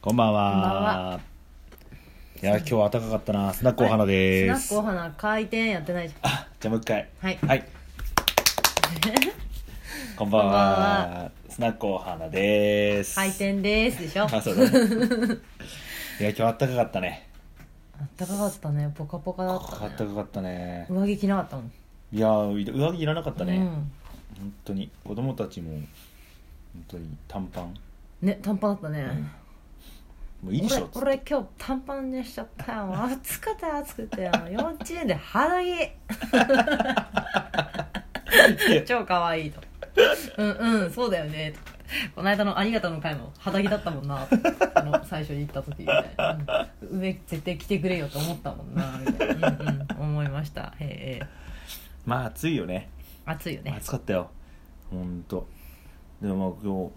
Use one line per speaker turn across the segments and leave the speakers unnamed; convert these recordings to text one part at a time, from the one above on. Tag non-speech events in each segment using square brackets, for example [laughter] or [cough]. こんばんは。
こんばんはい
や、今日は暖かかったな。スナックお花で
はい
す。
スナックお花開店やってないじゃん
あ、じゃあもう一回。
はい
はい。こんばんは。
こんばん
スナックお花です。
開店ですでしょ
あ、そう
[laughs]
だ、ね。いや、今日暖かかったね。
あったかかったねポカポカだっ
暖
たね
かかったね。
上着着なかったもん
いや、上着いらなかったね。
うん
本当に。子供たちも、本当に短パン。
ね短パンだったね、
もういいでしょ。
俺俺今日短パンにしちゃったよ暑くて暑くてよ
[laughs]
幼稚園で肌着超可愛いとうんうんそうだよねとこの間の「ありがとう」の回も肌着だったもんなあの最初に行った時みたいな、うん、上絶対着てくれよと思ったもんなみたいな、うんうん、思いましたへえ
まあ暑いよね。
暑いよね
暑かったよほんとでもまあ今日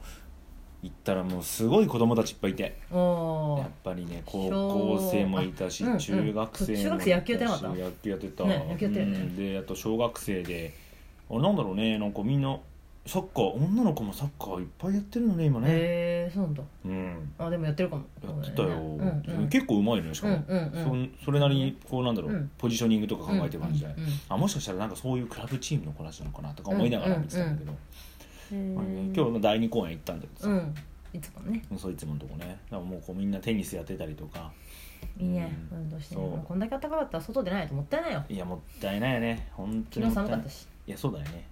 行ったらもうすごい子供たちいっぱいいて
おお
やっぱりね高校生もいたし、
あうんうん
中学生もいたし
中学生野球やってなかった
野球やってた、
ね野球やってた
う
よね
んであと小学生であれなんだろうねなんかみんなサッカー女の子もサッカーいっぱいやってるのね今
ー
ね、
へえそうなんだ
うん
あでもやってるかも
やってたよ、
うんうん、
結構うまいのよしかも、
うんうんうん
そんそれなりにこうなんだろう、
うん
ポジショニングとか考えてる感じで、
うんうんうん
あもしかしたらなんかそういうクラブチームの子たちなのかなとか思いながら見てたんだけど、まあね今日の第2公演行ったんだけど
う
さ、
んいつもね
そういつものとこねだからもうこうみんなテニスやってたりとか
いいね、
うん
運動して、ね、
そう
もうこんだけ暖かかったら外出ないともったいないよ
いやもったいないよね本当
昨
に
日
も
寒
たい
か
な
っ
い
たし
いやそうだよね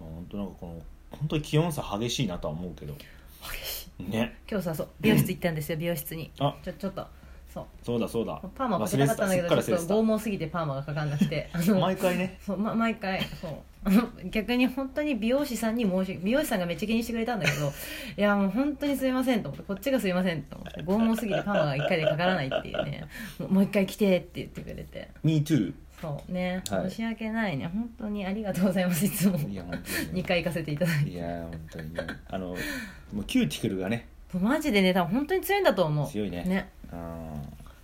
まあ本当なんかこの本当に気温差激しいなとは思うけど
激しい
ね
今日さそう美容室行ったんですよ美容室に
あ
ちょちょっとそう
そうだそうだ
パーマかけたかったんだけど
忘れて
ちょ
た
っ
すっか
と剛
り忘れ
毛すぎてパーマがかかんなくてあ
てた
の
[laughs] 毎回ね
そう、ま、毎回そう [laughs] あの逆に本当に美容師さんに申し美容師さんがめっちゃ気にしてくれたんだけど [laughs] いやもう本当にすいませんと思ってこっちがすいませんと思って剛毛すぎてパーマが一回でかからないっていうねもうもう一回来てって言ってくれて
MeToo
そうね、
はい
申し訳ないね本当にありがとうございますいつも
いや本当に
2回行かせていただいて
いや本当にねあのもうキューティクルがね
マジでね多分本当に強いんだと思う
強いねうん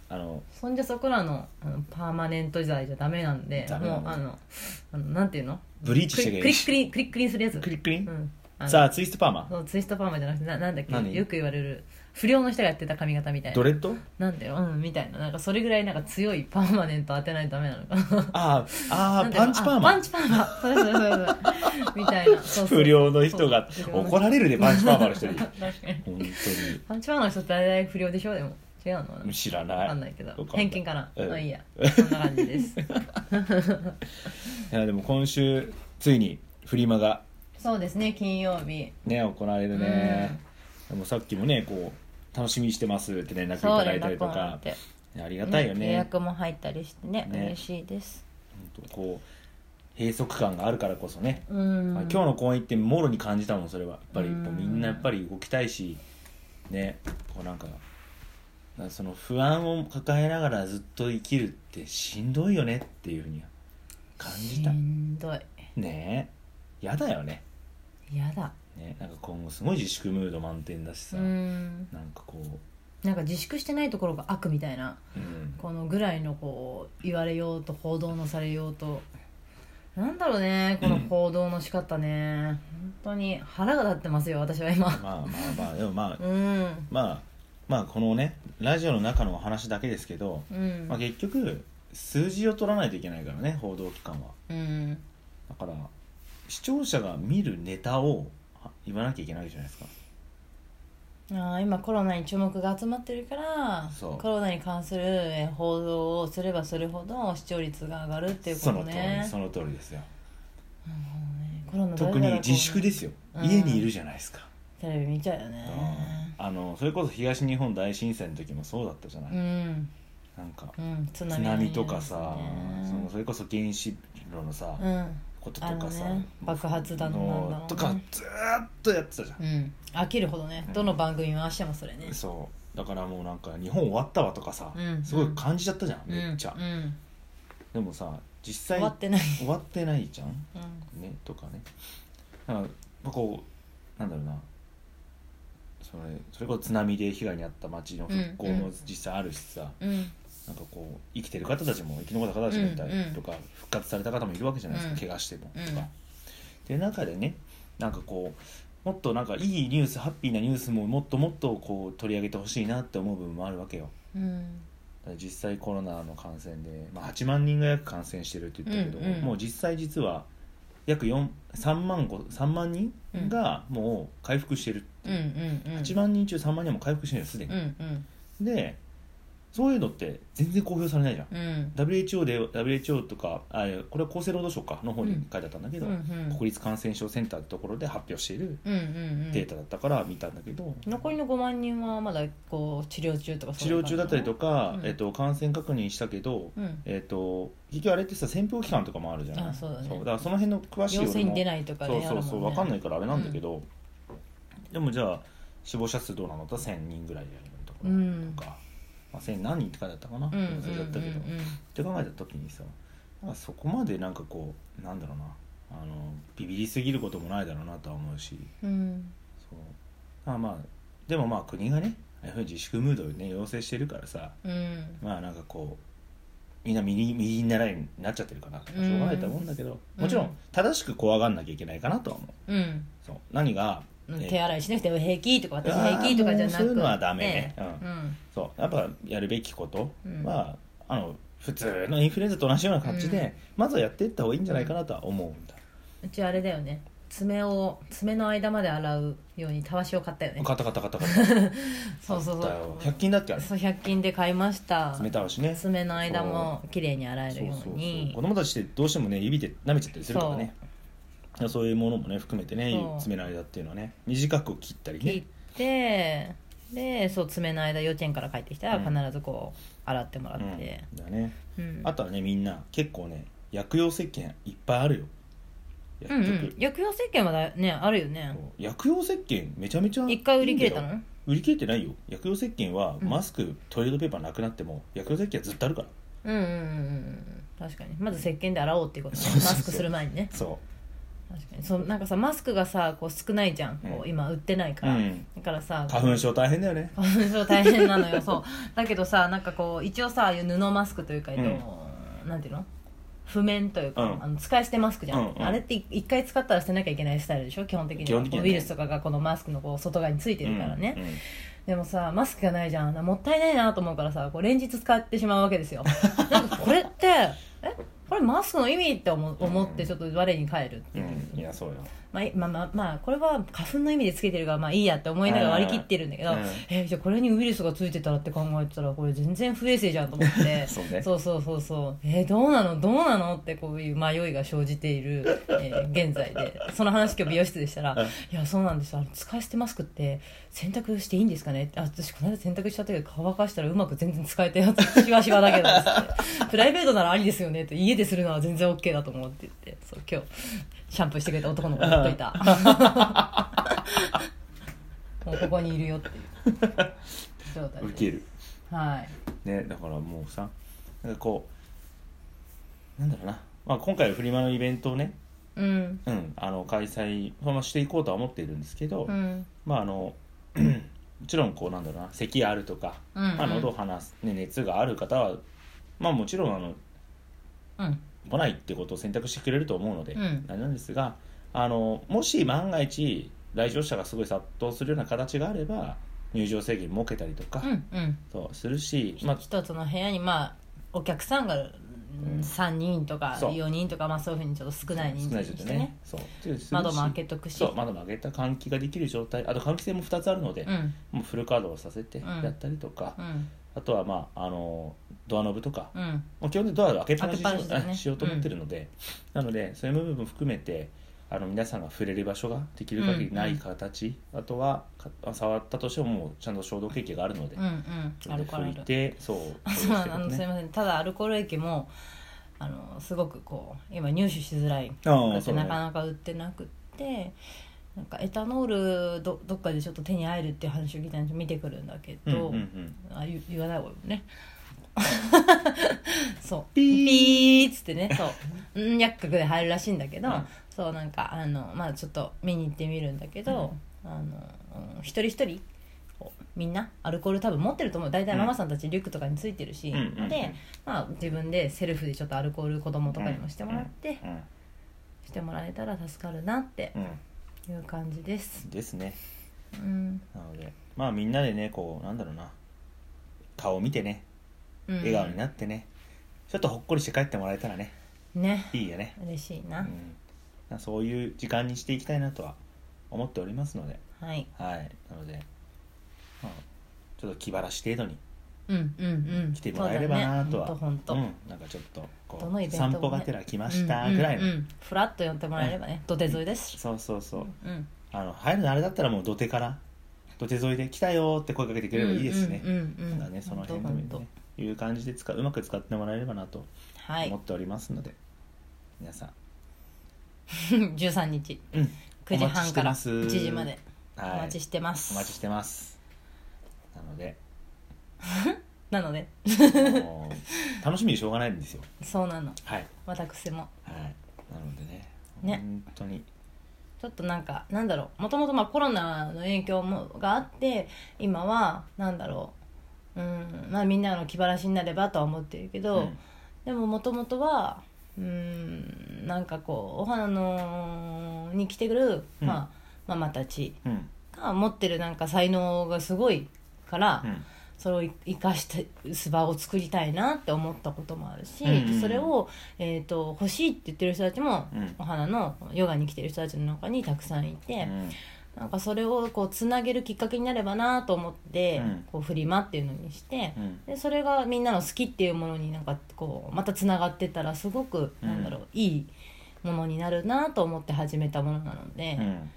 あの
そんじゃそこらのあのパーマネント時代じゃダメなんで
ダメな
も
ん
う
だ
あのあのなんていうの
ブリーチしてくれ
クリックリンクリックリンするやつ
クリックリ
う
ン
んあ
さ
の
あツイストパーマ
そうツイストパーマじゃなくてななんだっ
何
けよく言われる不良の人がやってた髪型みたい
ド
な
レッド
なんだようんみたいななんかそれぐらいなんか強いパーマネント当てないとダメなのかな
あーあ
な
ー
んていう
パ
の
ンチパー
あ
マ
パンチパーマそれそれそれそれみたいなそうそう
不良の人が
そう不良の人
怒られるでパンチパーマの人
[laughs]
に本
確かに
当に
パンチパーマの人って大体不良でしょでも違うのかな
知らない
わかんないけど偏見かな、
うん
まあいいやそんな感じ
[laughs]
です
いやでも今週ついにフリマが
そうですね金曜日
ね行われるね、でもさっきもねこう楽しみにしてますって連絡い
そう
ただ
連
いたり
絡
と
もら
か
って
ありがたいよ
うん予
ね
約も入ったりしてね
ね
嬉しいです
ほんとこう閉塞感があるからこそね、
うん
まあ今日の公演行ってもろに感じたもんそれはやっぱり
うん
もうみんなやっぱり動きたいしねこうなんかなんかその不安を抱えながらずっと生きるってしんどいよねっていうふうには感じた
しんどい
ねえやだよね
やだ
ねなんか今後すごい自粛ムード満点だしさ、
うん
なんかこう、
なんか自粛してないところが悪みたいな
うん、
このぐらいのこう言われようと報道のされようとなんだろうねこの報道の仕方ね、本当に腹が立ってますよ私は今
まあまあまあでもまあ、
うん
まあまあこのねラジオの中のお話だけですけど、
うん、
まあ、結局数字を取らないといけないからね報道機関は
うん
だから視聴者が見るネタをは言わなきゃいけないわけじゃないですか
ああ今コロナに注目が集まってるから
そう
コロナに関するえー報道をすればするほど視聴率が上がるっていうこ
そ
と
の通
ね
りその通りですよ
コロナ
特に自粛
で
ですよ
うん
家にいるじゃないですか、
テレビ見ちゃうよね
あのそれこそ東日本大震災の時もそうだったじゃない、
うん
なんか
うん津
津波とかさ、
ね
そのそれこそ原子炉のさ、
うん
こととかさ、
あのね爆発だのなんだのね
とかずーっとやってたじゃん、
うん飽きるほどね
うん
どの番組回してもそれね
そうだからもうなんか日本終わったわとかさ、
うん
すごい感じちゃったじゃん、
うん
めっちゃ、
うん
でもさ実際
終わってない
終わってないじゃん
うん
ねとかねだからまあこうなんだろうなそれそれこそ津波で被害に遭った町の復興
う
も
ん
実際あるしさ、
うん
なんかこう生きてる方たちも生き残った方たちもいた
うん
り
うん
とか、復活された方もいるわけじゃないですか、
うん
怪我してもと
うん
か。で中でねなんかこうもっとなんかいいニュースハッピーなニュースももっともっとこう取り上げてほしいなって思う部分もあるわけよ
うん
だから実際コロナの感染で、まあ、8万人が約感染してるって言ったけど、
うんうん
もう実際実は約4 3万5 3万人がもう回復してる、
うんうんうん
8万人中3万人も回復してるよすでに、
うん
でそういうのって全然公表されないじゃん
うんうん
WHO で WHO とかあこれは厚生労働省かの方に書いてあったんだけど、
うんうん
国立感染症センターってところで発表している
うんうん
データだったから見たんだけど、
残りの5万人はまだこう治療中とか
治療中だったりと
か
か、
うん
えっと、感染確認したけど、
うん
えっと結局あれってさ潜伏期間とかもあるじゃない
あそうだね
からその辺の詳しい
陽
俺
性
も
に出ないとか
そう
で
そうそう分かんないいからあれなんだけど、でもじゃあ死亡者数どうなのだったら1000人ぐらいでやるとか、
うん
とか、まあ、1000何人って書いてあったかな、
うんうんうん
忘れちゃったけど、って考えた時にさなんかそこまでなんかこうなんだろうなあのビビりすぎることもないだろうなとは思うし
うんうん
そうまあまあでもまあ国がねああいうふうに自粛ムードをね要請してるからさ
うん
まあなんかこうみんな右右に習いになっちゃってるからしょうがないと思うんだけど、
うん
もちろん正しく怖がんなきゃいけないかなとは思う
うん
そう何が、
うん
えー
手洗いしなくても平気とか私平気とかじゃなく
あーもうそういうのはダメね
う
うん
ん
そうやっぱやるべきこと
うん
は、あの普通のインフルエンザと同じような感じで、
うん
まずはやっていった方がいいんじゃないかなとは思うんだ、
うちあれだよね爪を爪の間まで洗うようにたわしを買ったよね
カタカタカタカタ
[laughs] そうそうそ
だよ
う
100均だっけあれ
そう100均で買いました
冷たわしね
爪の間も綺麗に洗えるように
子供たちってどうしてもね指で舐めちゃったりするからねそういうものもね含めてね
そう
爪の間っていうのはね短く切ったりね
切ってでそう爪の間幼稚園から帰ってきたら
うん
必ずこう洗ってもらって、
うん、だね
うん
あとはねみんな結構ね薬用石鹸いっぱいあるよ薬
うんう
局、
ん薬用石鹸はだねあるよね
そう薬用石鹸めちゃめちゃ
一回売り切れた
いいんだよ
の
売り切れてないよ薬用石鹸は
うん
マスク、トイレットペーパーなくなっても薬用石鹸はずっとあるから
うんうんうんうん確かにまず石鹸で洗おうっていうことね
そうそうそう
マスクする前にね
そ
確かにそうなんかさマスクがさこう少ないじゃん、こ
う
うん今売ってないから、
うん
だからさ
う
[laughs]
花粉症大変だよね
花粉症大変なのよそうだけどさなんかこう一応さああいう布マスクというか、えっとなんていうの譜面というか、
うん
あの使い捨てマスクじゃん、
うんうん
あれってい一回使ったら捨てなきゃいけないスタイルでしょ基本的には
基本的にはね
ウイルスとかがこのマスクのこう外側についてるからね、
うんうん
でもさマスクがないじゃんもったいないなと思うからさこう連日使ってしまうわ
[laughs]
けですよなんかこれってえこれマスクの意味って思う思ってちょっと我に返るっていう、
うんいやそうよ
まあ、いまあまあまあこれは花粉の意味でつけてるからまあいいやって思いながら割り切ってるんだけど、
うん
えじゃあこれにウイルスがついてたらって考えてたらこれ全然不衛生じゃんと思っ
[laughs]
て
そうね
そうそうそうそうえーどうなのどうなのってこういう迷いが生じている、えー現在でその話今日美容室でしたら「いやそうなんですあの使い捨てマスクって洗濯していいんですかね?」ってあ私この間洗濯しちゃったけど乾かしたらうまく全然使えたやつしわしわだけど」つってプライベートならありですよね」って「家でするのは全然 OK だと思う」って言ってそう今日シャンプーしてくれた男の子に言っとい [laughs] たもうここにいるよっていう [laughs] 状態
ウ
で
ケる
はい
ねだからもうさなんかこうなんだろうな、まあ、今回フリマのイベントをね、
うん
うん、あの開催、まあ、していこうとは思っているんですけど、
うん
まああの [clears throat] もちろんこうなんだろうな咳があるとか、
うんうん
まあ、喉を離す、ね、熱がある方はまあもちろんあの
うん
来ないってことを選択してくれると思うので、
うん
あれなんですがあのもし万が一来場者がすごい殺到するような形があれば入場制限設けたりとか、
うんうん
そうするし、まあ、
一つの部屋にまあお客さんがうん3人とか
そう
4人とかまあそういうふうにちょっと少ない人数にしてね
そうっていうするし
窓も開けとくし
そう窓も開けた換気ができる状態あと換気扇も2つあるので、
うん
もうフル稼働させて
うん
やったりとか、
うん
あとはまああのドアノブとか、
うん
もう基本的にドアを開けっぱなしにしよ
開けっぱなしだ
う [laughs]
ね
しようと思ってるので、なのでそういう部分も含めてあの皆さんが触れる場所ができる限りない形、あとはか触ったとしてももうちゃんと消毒液があるので、
うんうん
そ
ア
れで
ルコール
拭いてそう
あ
そ
そうう
し
あ
て
のすみ
ね
ませんただアルコール液もあのすごくこう今入手しづらい
ああ
って
そうだ
な
ね
かなか売ってなくってなんかエタノールどどっかでちょっと手に入るっていう話を聞いたんで見てくるんだけ
うん
ど、
うんうん
あ言言わない方がいいもんね [laughs] そう
ピー
ピーっつってねそううん薬局で入るらしいんだけど、
うん
そうなんかあのまあちょっと見に行ってみるんだけど、あのうん一人一人こうみんなアルコール多分持ってると思う大体ママさんたちリュックとかについてるし、
うんうんうん
で、まあ、自分でセルフでちょっとアルコール子供とかにもしてもらって、
うん
してもらえたら助かるなって
うん
いう感じです
ですね
うん、
なのでまあみんなでねこうなんだろうな顔を見てね
うん、
笑顔になってね、ちょっとほっこりして帰ってもらえたらね
ね
いいよね、
嬉しいうな、
ん、なそういう時間にしていきたいなとは思っておりますので
はい
はいなので、まあ、ちょっと気晴らし程度に
うんうんうん
来てもらえればなとは
そうだねほんと
う
ほんと
ん、なんかちょっとこう
どのイベントも
散
ね
歩がてら来ましたぐらいの、
うんうんうんフラッと呼んでもらえればね土手沿いですし
そうそうそう、
うん
あの入るのあれだったらもう土手から土手沿いで「来たよ」って声かけてくれればいいですね、
うんうんうん
なんかねその辺で
ほ
も
ん
いい
とほん
ね
と
いう感じで使ううまく使ってもらえればなと
は
思
い
っておりますので、皆さん、
[laughs] 13日
うん、
9時半から
お待ちしてます
1時までお
はい、お
待ちしてます
待ちしてますなので
なので
もう楽しみでしょうがないんですよ
そうなの
はい
私も
はいなのでね
ね
本当に
ちょっとなんかなんだろうもともとまあコロナの影響もがあって今はなんだろううんまあみんなの気晴らしになればとは思ってるけど、
うん
でももともとはうんなんかこうお花のに来てくる、
うん
まあ、ママたち
うん
が持ってるなんか才能がすごいから、
うん
それを生かして巣場を作りたいなって思ったこともあるし、
うんうん
それを、えー、と欲しいって言ってる人たちも、
うん
お花のヨガに来てる人たちの中にたくさんいて、なんかそれをこうつなげるきっかけになればなと思って、
うん
こうフリマっていうのにして
う、ん
でそれがみんなの好きっていうものになんかこうまたつながってたらすごく、
うん
なんだろういいものになるなと思って始めたものなので。
うん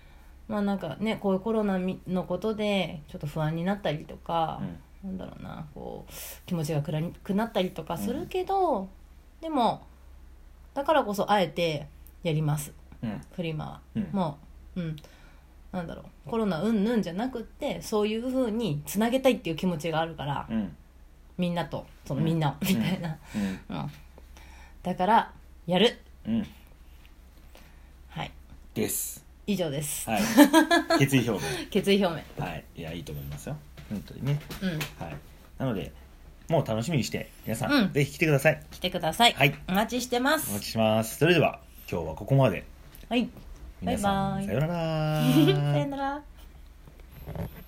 まあなんかねこういうコロナみのことでちょっと不安になったりとか
う、ん
なんだろうなこう気持ちが暗くなったりとかするけど、でもだからこそあえてやります
うん
フリマは、
うん
もううんなんだろうコロナうんぬんじゃなくってそういうふうにつなげたいっていう気持ちがあるから、
うん
みんなとその
うん
みんなを、
うん
みたいな、
うん
うん、だからやる
うん
はい
です
以上です、
はい
[laughs]
決意表
決意表
明はいいやいいと思いますよ本当にね
明うん
はいなのでもう楽しみにして皆さん、
うん
ぜひ来てください
来てください、
はい
お待ちして
お
ま
待
す
ちしますそれでは今日はここまで
はい
皆さん
バイバイ [laughs]
さようなら
さよなら